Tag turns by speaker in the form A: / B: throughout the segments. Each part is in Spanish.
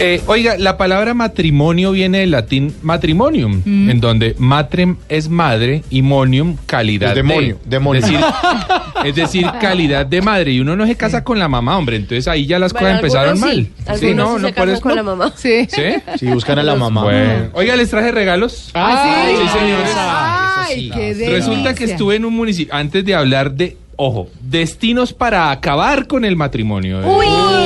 A: Eh, oiga, la palabra matrimonio viene del latín matrimonium,
B: Mm.
A: en donde matrem es madre y monium calidad
C: Es demonio,
A: de.
C: demonio.
A: Es decir, es decir, calidad de madre. Y uno no se casa con la mamá, hombre. Entonces ahí ya las
B: Bueno,
A: cosas empezaron
B: algunos
A: mal.
B: sí, algunos sí se
A: ¿cuál
B: casan
A: es?
B: con
A: No.
B: la mamá.
D: Sí.
A: ¿Sí?
C: Si buscan a la mamá.
A: Bueno. Oiga, les traje regalos.
B: Ah,
A: Ah,
D: Ay,
A: sí, señores.
D: Ay, qué delicia.
A: Resulta que estuve en un municipio, antes de hablar de, ojo, destinos para acabar con el matrimonio. eh.
B: Uy.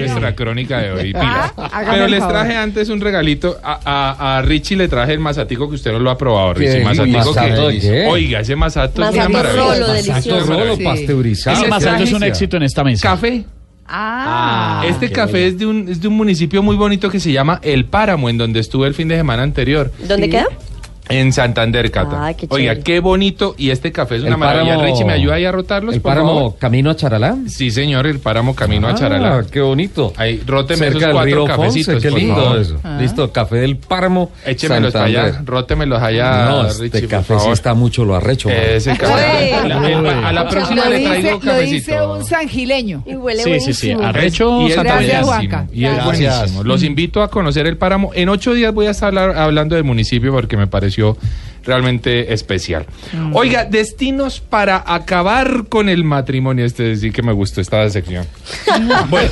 A: Nuestra crónica de hoy. pilas.
D: Ah, hágame
A: Pero
D: el
A: les
D: favor.
A: traje antes un regalito. A, a- a Richie le traje el masatico que usted no lo ha probado,
E: Qué
A: Richie.
E: rico.
A: Masatico
E: ¿Masato
A: que,
E: de qué?
A: Oiga, ese masato es una
D: Masato
A: maravilla.
D: rolo,
A: Masato
D: delicioso.
A: rolo.
D: Sí.
E: pasteurizado.
A: Ese
E: Qué
A: masato es un
E: delicia.
F: éxito en esta mesa.
A: Café.
D: Ah.
A: este
E: qué
A: café
E: bueno.
A: es de, un, es de un municipio muy bonito que se llama El Páramo, en donde estuve el fin de semana anterior.
B: ¿Dónde queda?
A: En Santander, Cata.
B: Ay, qué
A: Oiga,
B: chévere.
A: qué bonito. Y este café es una
E: El
A: maravilla.
E: páramo-
A: Richie, ¿me ayuda ahí a rotarlos?
E: ¿El
A: por
E: páramo
A: favor?
E: Camino a Charalá?
A: Sí, señor, el páramo camino a Charalá.
E: Ah, qué bonito.
A: Ahí, róteme
E: Cerca
A: esos
E: del
A: cuatro
E: río
A: cafecitos,
E: Fonse, qué
A: por
E: lindo
A: favor.
E: eso. Listo, café del páramo.
A: Échemelos para
E: Santander.
A: allá, rótemelos allá,
E: No, este
A: Richie, por
E: café sí
A: favor. Eh,
E: está mucho lo arrecho. man.
A: Ese café.
D: Uy.
A: La- el- a la próxima
D: lo
A: le traigo
D: dice,
A: un
D: lo dice
A: cafecito.
D: un sangileño.
B: Y huele
F: Sí, sí, sí.
B: buenísimo.
F: Arrecho,
A: y es
F: Santa
D: Gracias,
F: María.
D: Juanca.
A: buenísimo. Y es
D: Gracias.
A: buenísimo. Los invito a conocer el páramo. En ocho días voy a estar hablar- hablando del municipio porque me pareció realmente especial. Oiga, destinos para acabar con el matrimonio. Este sí que me gustó esta sección. bueno,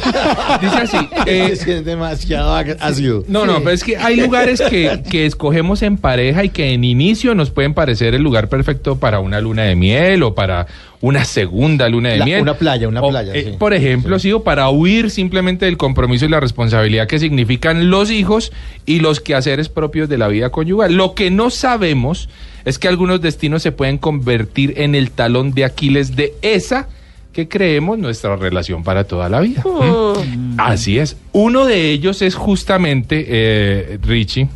A: dice así. eh,
C: es demasiado ag- ácido.
A: no, no, pero es que hay lugares que, que escogemos en pareja y que en inicio nos pueden parecer el lugar perfecto para una luna de miel o para una segunda luna de
C: La-
A: miel.
C: una playa, una
A: O,
C: playa,
A: eh,
C: sí.
A: Por ejemplo, sí, o para huir simplemente del compromiso y la responsabilidad que significan los hijos y los quehaceres propios de la vida conyugal. Lo que no sabemos es que algunos destinos se pueden convertir en el talón de Aquiles de esa que creemos nuestra relación para toda la vida. Mm. Así es. Uno de ellos es justamente eh, Richie,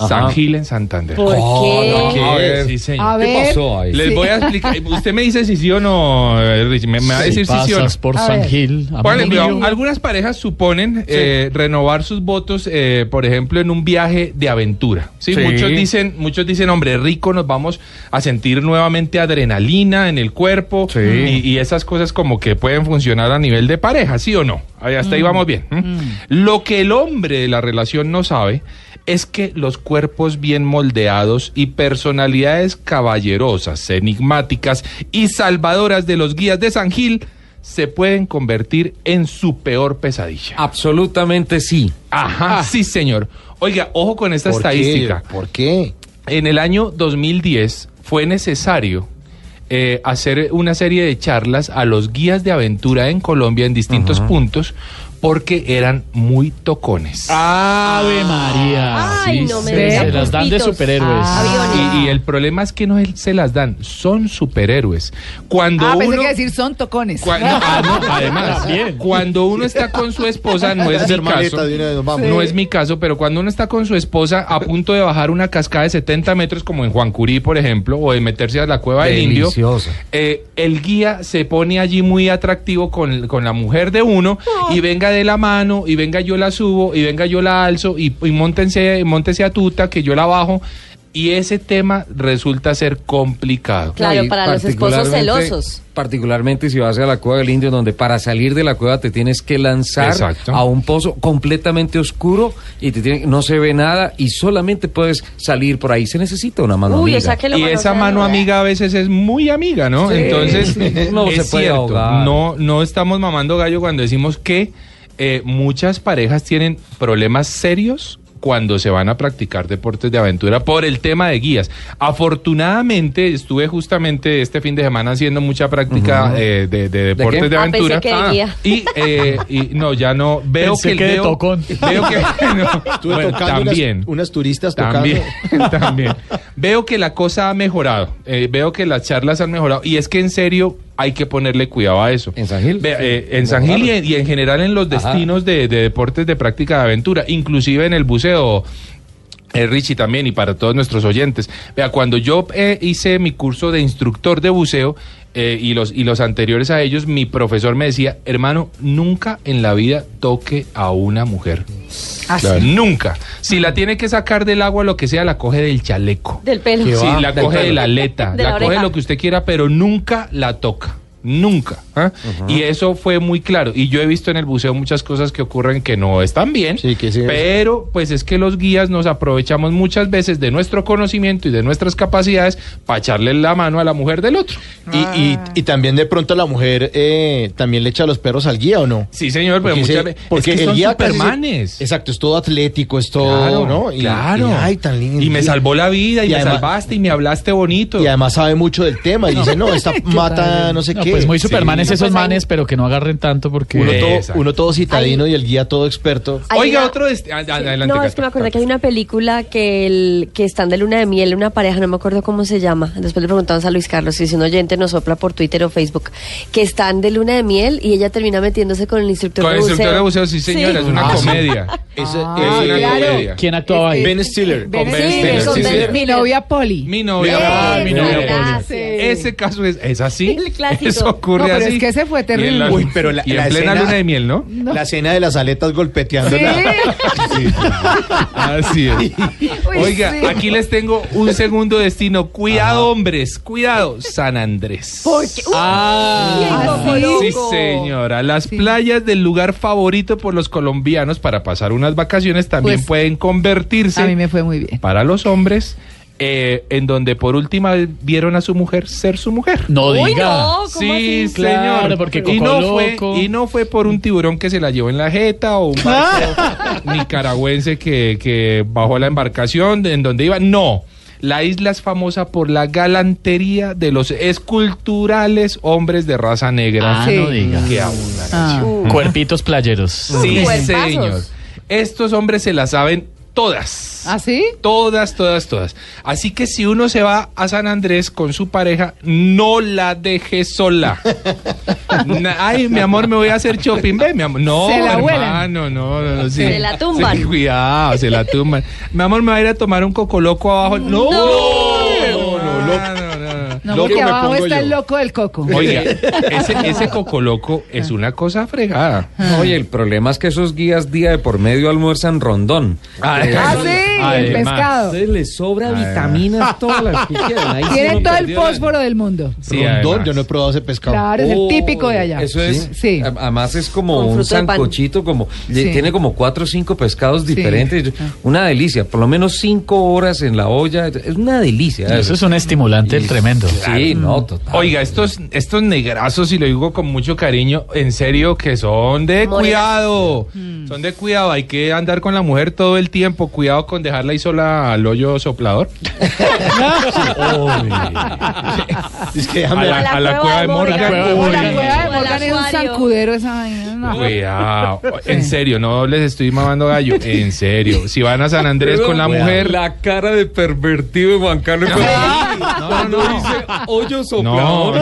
A: San Gil en Santander.
B: ¿Por qué?
E: no,
A: ¿Qué?
E: a ver.
A: Sí, señor.
D: A
E: ¿Qué
D: ver.
E: pasó ahí?
A: Les voy a explicar. Usted me dice si sí o no, eh, Richie. Me, me va a Ah, decir si sí o no.
F: pasas por
D: A
F: San
D: ver.
F: Gil,
A: Por
F: amigo
A: ejemplo,
F: mío.
A: algunas parejas suponen eh, renovar sus votos, eh, por ejemplo, en un viaje de aventura. ¿sí?
E: Sí.
A: Muchos dicen, muchos dicen, hombre, rico, nos vamos a sentir nuevamente adrenalina en el cuerpo
E: Sí.
A: y, y esas cosas como que pueden funcionar a nivel de pareja, ¿sí o no? Ahí Hasta ahí vamos bien. ¿m? Lo que el hombre de la relación no sabe es que los cuerpos bien moldeados y personalidades caballerosas, enigmáticas y salvadoras de los guías de San Gil se pueden convertir en su peor pesadilla.
E: Absolutamente sí.
A: Ajá, sí señor. Oiga, ojo con esta
C: Ah. ¿Por qué?
A: estadística.
C: ¿Por qué?
A: En el año 2010 fue necesario eh, hacer una serie de charlas a los guías de aventura en Colombia en distintos puntos porque eran muy tocones.
D: Ah.
F: Ave María.
B: Ay, no me
F: sí,
B: diga
F: Se las dan de
B: puntitos.
F: superhéroes.
D: Ah,
B: Aviones.
A: Y, y el problema es que no él- se las dan, son superhéroes. Cuando
D: Ah, pensé
A: uno,
D: que iba a decir son tocones.
A: cua- no, ah, no, además,
F: También.
A: cuando uno está con su esposa no es
C: Hacer
A: mi
C: maleta
A: caso.
C: de una vez, nos vamos.
A: No es mi caso, pero cuando uno está con su esposa a punto de bajar una cascada de 70 metros, como en Juan Curí, por ejemplo, o de meterse a la cueva del indio,
E: Deliciosa.
A: eh, el guía se pone allí muy atractivo con, con la mujer de uno y venga de la mano y venga yo la subo y venga yo la alzo y, y móntense, móntese a tuta que yo la bajo. Y ese tema resulta ser complicado.
B: Claro,
E: Y
B: para los esposos
E: particularmente-
B: celosos.
E: Particularmente si vas a la cueva del indio, donde para salir de la cueva te tienes que lanzar
A: Exacto.
E: a un pozo completamente oscuro y te tiene- no se ve nada y solamente puedes salir por ahí. Se necesita una mano
B: Uy,
E: amiga.
B: o sea que lo
A: y esa mano amiga a veces es muy amiga, ¿no?
E: Sí.
A: Entonces,
E: Uno
A: es
E: se puede
A: cierto,
E: ahogar.
A: no, no estamos mamando gallo cuando decimos que eh, muchas parejas tienen problemas serios cuando se van a practicar deportes de aventura por el tema de guías. Afortunadamente estuve justamente este fin de semana haciendo mucha práctica eh, de, de deportes de,
E: qué?
B: Ah, pensé
A: aventura.
B: que de guía.
A: Y, eh, y no, ya no veo
F: Pensé
A: que, el
F: que de
A: dedo-
F: tocón.
A: Veo que no.
C: Estuve
A: Bueno,
C: tocando unas-
A: también.
C: Unas, turistas
A: También,
C: tocando.
A: también. Veo que la cosa ha mejorado. eh, veo que las charlas han mejorado. Y es que en serio, hay que ponerle cuidado a eso.
E: ¿En San Gil?
A: Ve, eh, en San Gil y en, y en general en los destinos de, de deportes de práctica de aventura, inclusive en el buceo. eh, Richie también y para todos nuestros oyentes. Vea, cuando yo eh, hice mi curso de instructor de buceo eh, y, los, y los anteriores a ellos, mi profesor me decía, hermano, nunca en la vida toque a una mujer. Nunca. Si la tiene que sacar del agua, lo que sea, la coge del chaleco.
B: Del pelo.
A: Sí, la
E: Del
A: coge de
E: pelo.
A: la aleta,
B: De
A: la,
B: la
A: coge
B: oreja.
A: lo que usted quiera, pero nunca la toca. Nunca. ¿ah? Y eso fue muy claro. Y yo he visto en el buceo muchas cosas que ocurren que no están bien.
C: Sí, que sí es.
A: Pero pues es que los guías nos aprovechamos muchas veces de nuestro conocimiento y de nuestras capacidades para echarle la mano a la mujer del otro.
C: Y, y,
B: Ah.
C: y también de pronto la mujer eh, también le echa los perros al guía, ¿o no?
A: Sí, señor, pero
C: Porque
A: muchas
C: ese-
A: veces.
C: Porque
A: es que
C: el
A: son
C: guía casi se-
A: supermanes.
C: exacto, es todo atlético, es todo,
A: Claro,
C: ¿no? Y-
A: claro.
C: Y, ay, tan lindo.
A: Y me salvó la vida, y,
C: Y
A: me
C: además-
A: salvaste, y me hablaste bonito.
C: Y además sabe mucho del tema. Y dice, no, esta mata no sé
F: No,
C: qué.
F: pues muy
A: Sí.
F: supermanes
A: No,
F: esos
B: pues ahí-
F: manes, pero que no agarren tanto porque...
C: uno,
A: Exacto.
C: todo, uno todo citadino y el guía todo experto.
B: Hay
A: Oiga,
B: una-
A: otro. desti- ad- adelante,
B: no, es
A: Cata.
B: que me acordé que hay una película que, el, que están de luna de miel, una pareja, no me acuerdo cómo se llama. Después le preguntamos a Luis Carlos, y si un oyente nos sopla por Twitter o Facebook, que están de luna de miel y ella termina metiéndose con el instructor
A: Con
B: de
A: el
B: buceo.
A: instructor de buceo, sí, señora, es una
C: Ah, sí.
A: comedia.
C: Ese-
G: Ah,
A: Ah, es una
C: eh,
A: comedia.
F: ¿Quién actuaba ahí?
C: Ben Stiller.
A: Con Ben
B: Sí,
A: Stiller,
B: con
A: sí,
B: Ben
A: señora.
B: Stiller.
G: Mi novia Poli.
A: Mi novia,
B: Bien,
A: Poli, mi novia
B: gracias.
A: Poli. Ese caso es, es así.
B: El clásico.
A: Eso ocurre
G: No, pero
A: así.
G: es que ese fue
A: Y en
G: terrible.
A: la-
C: Uy, pero la-
A: y en
C: la
A: plena
C: escena-
A: luna de miel, ¿no?
C: La cena de las aletas golpeteando.
A: Así es. Oiga,
G: sí.
A: aquí les tengo un segundo destino. Cuidado, hombres, cuidado. San Andrés.
C: Ah.
A: Sí, señora. Las playas del lugar favorito por los colombianos para pasar unas vacaciones también
G: Pues,
A: pueden convertirse
G: A mí me fue muy bien.
A: para los hombres eh, en donde por última vez vieron a su mujer ser su mujer.
F: No
B: Uy,
F: diga.
B: no, ¿cómo
A: Sí,
B: así?
F: Claro,
A: señor.
F: porque
A: y,
F: Coco
A: no fue,
F: Loco.
A: y no fue por un tiburón que se la llevó en la jeta o un barco nicaragüense que, que bajó la embarcación de- en donde iba. No. La isla es famosa por la galantería de los esculturales hombres de raza negra
F: Ah,
G: Sí.
F: no diga.
A: que abundan.
G: Ah.
F: Cuerpitos playeros.
A: Sí,
B: Cuerpazos.
A: señor. Estos hombres se la saben todas.
G: ¿Ah, sí?
A: Todas, todas, todas. Así que si uno se va a San Andrés con su pareja, no la deje sola. Na- Ay, mi amor, me voy a hacer shopping. Ve, mi amor. No,
G: Se la vuelan.
A: hermano, no, no, no, sí.
B: Se la tumban.
A: Sí, cuidado, se la tumban. Mi amor, me va a ir a tomar un cocoloco abajo. No, no,
C: no, no.
A: no, no, no.
G: No,
C: Loco
G: porque
C: me
G: abajo
C: pongo
G: está
C: yo.
G: el loco del coco.
A: Oiga, ese, ese cocoloco es una cosa fregada.
E: Oye, el problema es que esos guías día de por medio almuerzan rondón.
G: Ah, sí, el
A: Además.
G: pescado.
E: Entonces les sobra vitaminas todas las que quieran. Ahí sí
G: Tienen
E: no
G: todo el
E: perdió la-
G: fósforo del mundo.
A: Sí,
C: Rondón,
A: además.
C: yo no he probado ese pescado.
G: Claro, es el
E: Oh,
G: típico de allá.
E: Eso es.
G: Sí.
E: a- Además es como
B: Con
E: un
B: fruto de pan.
E: sancochito, como le-
G: Sí. Ah.
E: tiene como cuatro o cinco pescados diferentes. Una delicia. Por lo menos cinco horas en la olla. Es una delicia.
F: Eso es un estimulante tremendo.
E: Sí, no, total.
A: Oiga, estos, estos negrazos, y lo digo con mucho cariño, en serio que son de
B: Morenas.
A: cuidado. Son de cuidado. Hay que andar con la mujer todo el tiempo. Cuidado con dejarla ahí sola al hoyo soplador.
C: Es que
A: A
C: déjame
A: la, a la cueva de Morgan.
F: Morgan.
G: Como la
F: Uy.
G: cueva de
B: Como el
G: Morgan es un
B: acuario.
G: zancudero esa vaina. no.
A: Cuidado. En serio, no les estoy mamando gallo. En serio. Si van a San Andrés con la
E: Cuidado.
A: mujer.
E: La cara de pervertido de Juan Carlos.
A: No, no,
E: dice hoyo
A: No,
E: soplador.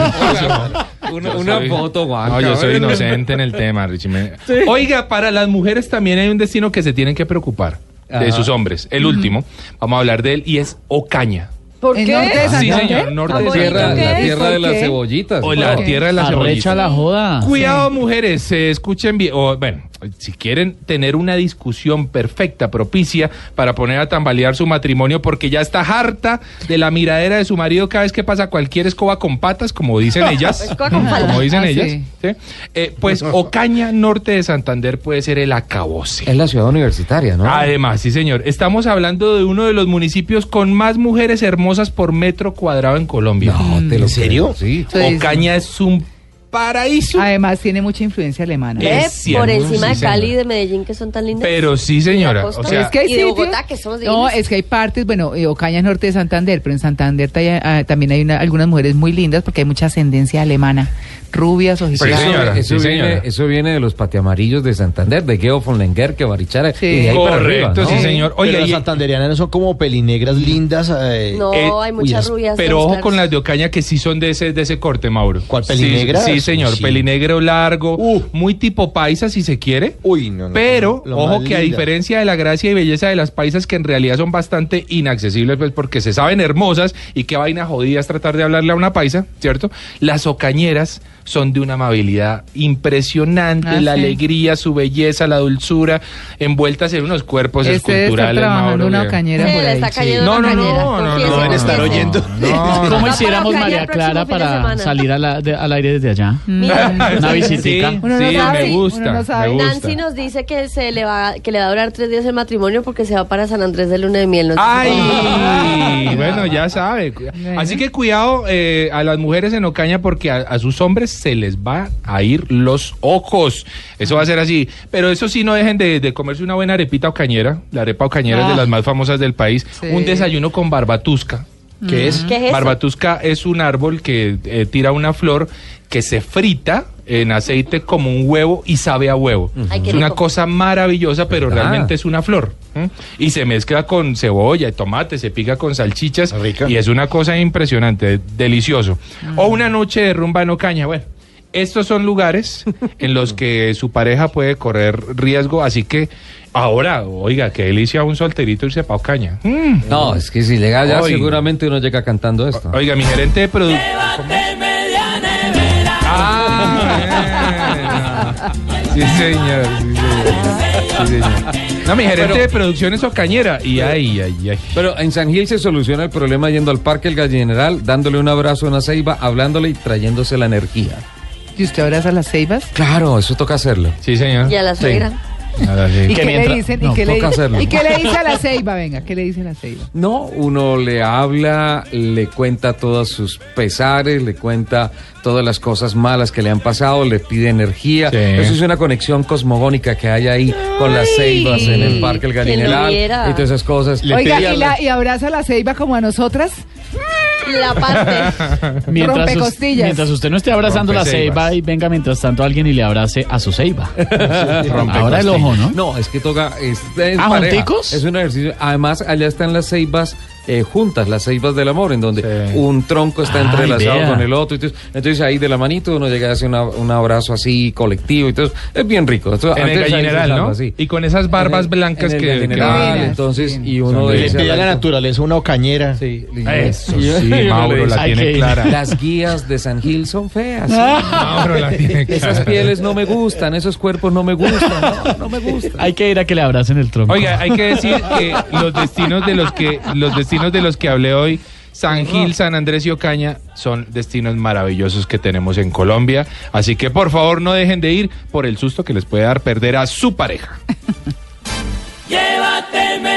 E: Una,
A: Yo
E: una
A: soy-
E: foto, Juan.
A: No, yo soy
E: cabrón.
A: inocente en el tema, Richie. Me- Oiga, para las mujeres también hay un destino que se tienen que preocupar de
E: Ajá.
A: sus hombres. El último, vamos a hablar de él y es Ocaña.
B: ¿Por
G: ¿El
B: qué?
G: norte de San
A: Sí,
G: Andrés?
A: señor, norte
E: La
A: de
B: Favorito
E: tierra,
B: que
E: la
B: es.
E: tierra de
G: ¿Por
E: las
G: qué?
E: cebollitas.
A: O la
E: No.
A: tierra de las
F: Arrecha
A: cebollitas.
F: la joda.
A: Cuidado, mujeres, se escuchen bien. O, bueno, si quieren tener una discusión perfecta, propicia, para poner a tambalear su matrimonio, porque ya está harta de la miradera de su marido cada vez que pasa cualquier escoba con patas, como dicen ellas.
B: Escoba con falda.
A: como dicen
G: Ah,
A: ellas.
G: sí.
A: ¿sí? Eh, pues Ocaña Norte de Santander puede ser el acabose. Ah.
E: Es la ciudad universitaria, ¿no?
A: Además, sí, señor. Estamos hablando de uno de los municipios con más mujeres hermosas por metro cuadrado en Colombia.
E: No, te lo
C: ¿En serio?
E: creo, Sí.
G: Pues,
A: Ocaña es un paraíso.
G: Además, tiene mucha influencia alemana.
A: Eh,
B: Ve,
A: Es cierto,
B: por encima
A: sí,
B: de Cali y
A: señora.
B: de Medellín, que son tan lindas.
A: Pero sí,
B: Y
A: señora.
B: la
A: O
B: costa.
A: sea,
G: es que hay
B: y de
G: sitios-
B: Bogotá, que somos
G: No,
B: divinas.
G: es que hay partes, bueno, eh, Ocaña es norte de Santander, pero en Santander ta- ah, también hay una- algunas mujeres muy lindas porque hay mucha ascendencia alemana, rubias,
E: Pero
A: Sí,
E: eso-
G: ojitos.
A: señora,
E: eso,
A: sí,
E: viene,
A: señora.
E: eso viene de los patiamarillos de Santander, de Geo von Lenguer, que Barichara.
G: Sí.
E: Y de ahí para arriba,
A: Correcto,
E: ¿no?
A: sí, señor. Oye,
C: Pero
A: y-
C: las santanderianas son como pelinegras lindas. eh,
B: No,
A: eh,
B: hay
C: uy,
B: muchas
C: las-
B: rubias.
A: Pero
B: ojos
A: ojo
B: claros.
A: con las de Ocaña que sí son de ese, de ese corte, Mauro.
C: ¿Cuál,
A: Sí,
C: pelinegras?
A: Sí, señor,
C: Sí.
A: pelinegro largo,
C: Uh.
A: muy tipo paisa si se quiere.
C: Uy, no, no,
A: Pero,
C: lo
A: ojo
C: más
A: que a
C: linda.
A: diferencia de la gracia y belleza de las paisas que en realidad son bastante inaccesibles, pues porque se saben hermosas y qué vaina jodida es tratar de hablarle a una paisa, ¿cierto? Las ocañeras son de una amabilidad impresionante,
G: Ah,
A: la
G: sí.
A: alegría, su belleza, la dulzura, envueltas en unos cuerpos
G: Este está
A: esculturales,
G: trabajando
A: Mauro,
G: una
A: que-
B: Sí,
G: ocañera por
B: le
G: ahí.
B: está cayendo
A: No,
B: una
A: no, no,
B: cañera.
A: no, no,
B: Confiese,
A: no,
C: deben estar
B: confiese.
C: oyendo.
A: No, no.
F: ¿Cómo
B: para
F: hiciéramos
B: Ocaña el
F: María
B: próximo fin
F: Clara
B: de
F: para
B: semana.
F: salir a la- de- al aire desde allá?
G: Mm.
F: Una visitica.
A: Sí,
G: Uno no
A: sí,
G: sabe,
A: me
G: uno
A: gusta.
G: no sabe.
A: me gusta.
B: Nancy nos dice que se le va que le va a durar tres días el matrimonio porque se va para San Andrés de luna de miel. ¿no?
A: ¡Ay! bueno, ya sabe. Cu-
G: Bueno.
A: Así que cuidado eh, a las mujeres en Ocaña porque a, a sus hombres se les va a ir los ojos. Eso va a ser así. Pero eso sí, no dejen de, de comerse una buena arepita ocañera. La arepa ocañera es de
G: Ah.
A: las más famosas del país.
G: Sí.
A: Un desayuno con barbatusca.
C: ¿Qué es?
B: ¿Qué es eso?
A: Barbatusca es un árbol que eh, tira una flor que se frita en aceite como un huevo y sabe a huevo.
B: Ay, qué
A: es una
B: rico.
A: cosa maravillosa, pero
E: ¿Verdad?
A: realmente es una flor. ¿m? Y se mezcla con cebolla y tomate, se pica con salchichas
C: Rica.
A: y es una cosa impresionante, delicioso. O una noche de rumba en Ocaña, bueno. Estos son lugares en los que su pareja puede correr riesgo, así que ahora, oiga, qué delicia un solterito irse pa' Ocaña. Mm.
E: No, es que si llega allá,
A: Oy.
E: seguramente uno llega cantando esto.
A: Oiga, mi gerente de producto. Ah, bueno. sí, señor, sí, señor. Sí, señor. No, mi gerente
E: Pero-
A: de producción es Ocañera. Y ay, ay, ay.
E: Pero en San Gil se soluciona el problema yendo al Parque El Gallineral, dándole un abrazo a una ceiba, hablándole y trayéndose la energía.
G: ¿Y usted abraza las ceibas?
E: Claro, eso toca hacerlo.
A: Sí, señor.
B: Y a la
A: Sí.
B: suegra.
A: A la
G: ¿Y
A: suegra.
G: qué le
F: mientras-
G: dicen? ¿Y
F: no,
G: qué le
E: toca
G: dicen?
E: hacerlo.
G: ¿Y qué le dice a la ceiba? Venga, ¿qué le dice a la ceiba?
E: No, uno le habla, le cuenta todos sus pesares, le cuenta todas las cosas malas que le han pasado, le pide energía.
A: Sí.
E: Eso es una conexión cosmogónica que hay ahí con las ceibas en el Parque El
B: quien lo
E: Gallineral y
B: viera.
E: todas esas cosas.
C: Le
G: Oiga,
C: pedí
G: ¿y,
C: al-
G: la, ¿y abraza la ceiba como a nosotras?
B: La parte.
F: Mientras, us-
G: Rompecostillas.
F: mientras usted no esté abrazando la
A: Rompeseibas.
F: ceiba y venga mientras tanto alguien y le abrace a su ceiba. Ahora el ojo, ¿no?
E: No, es que toca. Es, es
F: Ah,
E: pareja.
F: ¿junticos?
E: Es un ejercicio. Además, allá están las ceibas eh, juntas, las ceibas del amor, en donde
A: Sí. Ah,
E: un tronco está
F: Ay,
E: entrelazado
F: vea.
E: con el otro. Entonces, entonces ahí de la manito uno llega a hacer una- un abrazo así colectivo. Entonces, es bien rico. Entonces,
A: En el
E: antes ahí se
A: gallineral,
E: usaba
A: ¿no?
E: así.
A: Y con esas barbas
E: En el-
A: blancas
E: en el
A: que- que-
E: gallineral,
G: Divinas,
E: entonces, y
A: Son
E: uno
A: de-
E: de
C: Le
A: Ese
C: pide a la naturaleza una ocañera.
E: Sí, y-
A: Eso
E: y-
A: sí,
E: y uno
A: Mauro
E: le
A: la
F: Hay que
A: tiene
F: ir.
E: dice,
A: clara.
E: Las guías de San Gil son feas.
A: Mauro la tiene clara.
E: Esas pieles no me gustan, esos cuerpos no me gustan, no, no me gustan.
F: Hay que ir a que le abracen el tronco.
A: Oiga, hay que decir que los destinos de los que los destinos de los que hablé hoy, San Gil, San Andrés y Ocaña, son destinos maravillosos que tenemos en Colombia. Así que por favor no dejen de ir por el susto que les puede dar perder a su pareja.
H: Llévateme